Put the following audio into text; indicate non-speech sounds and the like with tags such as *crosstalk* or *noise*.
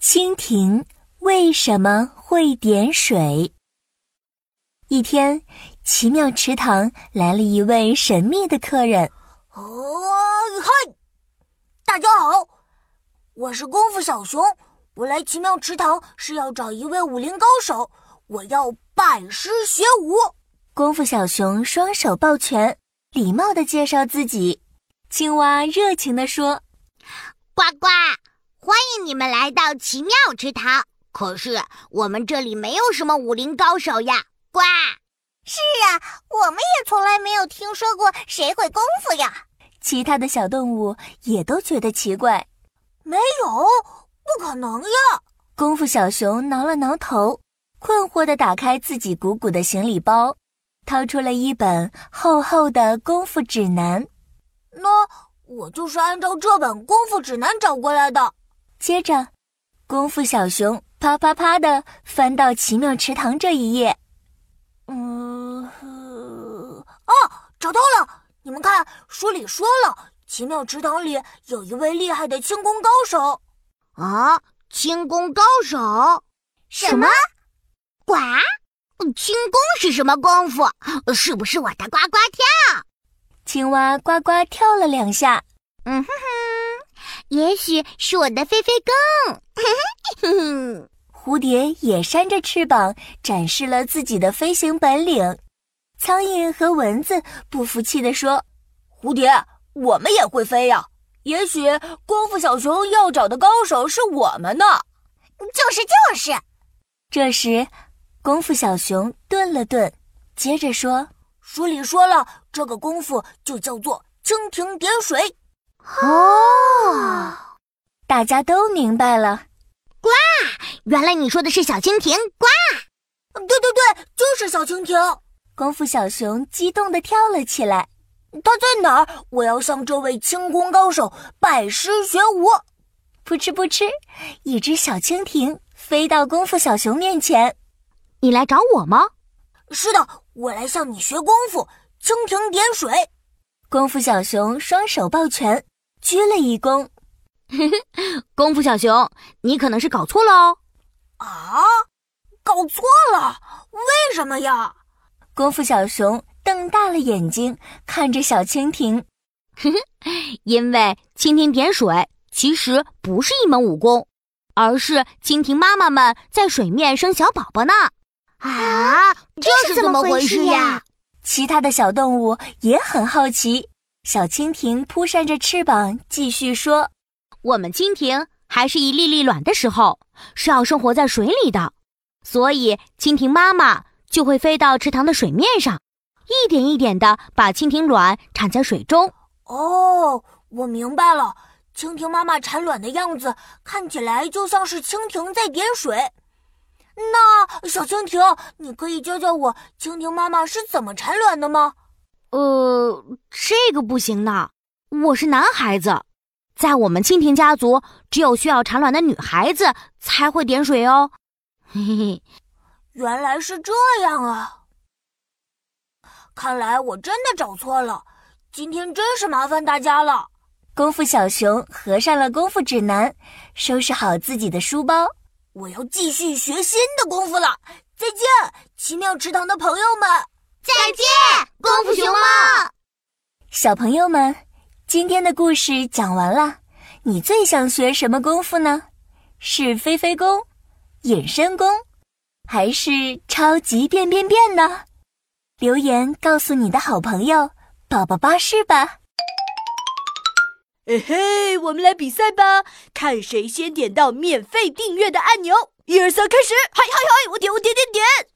蜻蜓为什么会点水？一天，奇妙池塘来了一位神秘的客人。哦嗨，大家好，我是功夫小熊，我来奇妙池塘是要找一位武林高手，我要拜师学武。功夫小熊双手抱拳，礼貌的介绍自己。青蛙热情地说：“呱呱，欢迎你们来到奇妙池塘。可是我们这里没有什么武林高手呀，呱。”是啊，我们也从来没有听说过谁会功夫呀。其他的小动物也都觉得奇怪。没有，不可能呀！功夫小熊挠了挠头，困惑地打开自己鼓鼓的行李包，掏出了一本厚厚的功夫指南。那我就是按照这本功夫指南找过来的。接着，功夫小熊啪啪啪地翻到奇妙池塘这一页。嗯，哦，找到了！你们看，书里说了，奇妙池塘里有一位厉害的轻功高手。啊，轻功高手？什么？呱！轻功是什么功夫？是不是我的呱呱跳？青蛙呱呱跳了两下。嗯哼哼，也许是我的飞飞 *laughs* 功。蝴蝶也扇着翅膀展示了自己的飞行本领，苍蝇和蚊子不服气地说：“蝴蝶，我们也会飞呀！也许功夫小熊要找的高手是我们呢。”嗯就是就是。这时，功夫小熊顿了顿，接着说：“书里说了，这个功夫就叫做蜻蜓点水。”哦，大家都明白了。呱！原来你说的是小蜻蜓，呱！对对对，就是小蜻蜓。功夫小熊激动地跳了起来。它在哪儿？我要向这位轻功高手拜师学武。扑哧扑哧，一只小蜻蜓飞到功夫小熊面前。你来找我吗？是的，我来向你学功夫。蜻蜓点水。功夫小熊双手抱拳，鞠了一躬。功夫小熊，你可能是搞错了哦！啊，搞错了？为什么呀？功夫小熊瞪大了眼睛看着小蜻蜓，因为蜻蜓点水其实不是一门武功，而是蜻蜓妈妈们在水面生小宝宝呢。啊，这是怎么回事呀？其他的小动物也很好奇。小蜻蜓扑扇着翅膀，继续说。我们蜻蜓还是一粒粒卵的时候，是要生活在水里的，所以蜻蜓妈妈就会飞到池塘的水面上，一点一点的把蜻蜓卵产在水中。哦，我明白了，蜻蜓妈妈产卵的样子看起来就像是蜻蜓在点水。那小蜻蜓，你可以教教我蜻蜓妈妈是怎么产卵的吗？呃，这个不行呢，我是男孩子。在我们蜻蜓家族，只有需要产卵的女孩子才会点水哦。嘿嘿，原来是这样啊！看来我真的找错了，今天真是麻烦大家了。功夫小熊合上了功夫指南，收拾好自己的书包，我要继续学新的功夫了。再见，奇妙池塘的朋友们！再见，功夫熊猫。小朋友们。今天的故事讲完了，你最想学什么功夫呢？是飞飞功、隐身功，还是超级变变变呢？留言告诉你的好朋友宝宝巴士吧。嘿、哎、嘿，我们来比赛吧，看谁先点到免费订阅的按钮。一二三，开始！嗨嗨嗨，我点我点点点。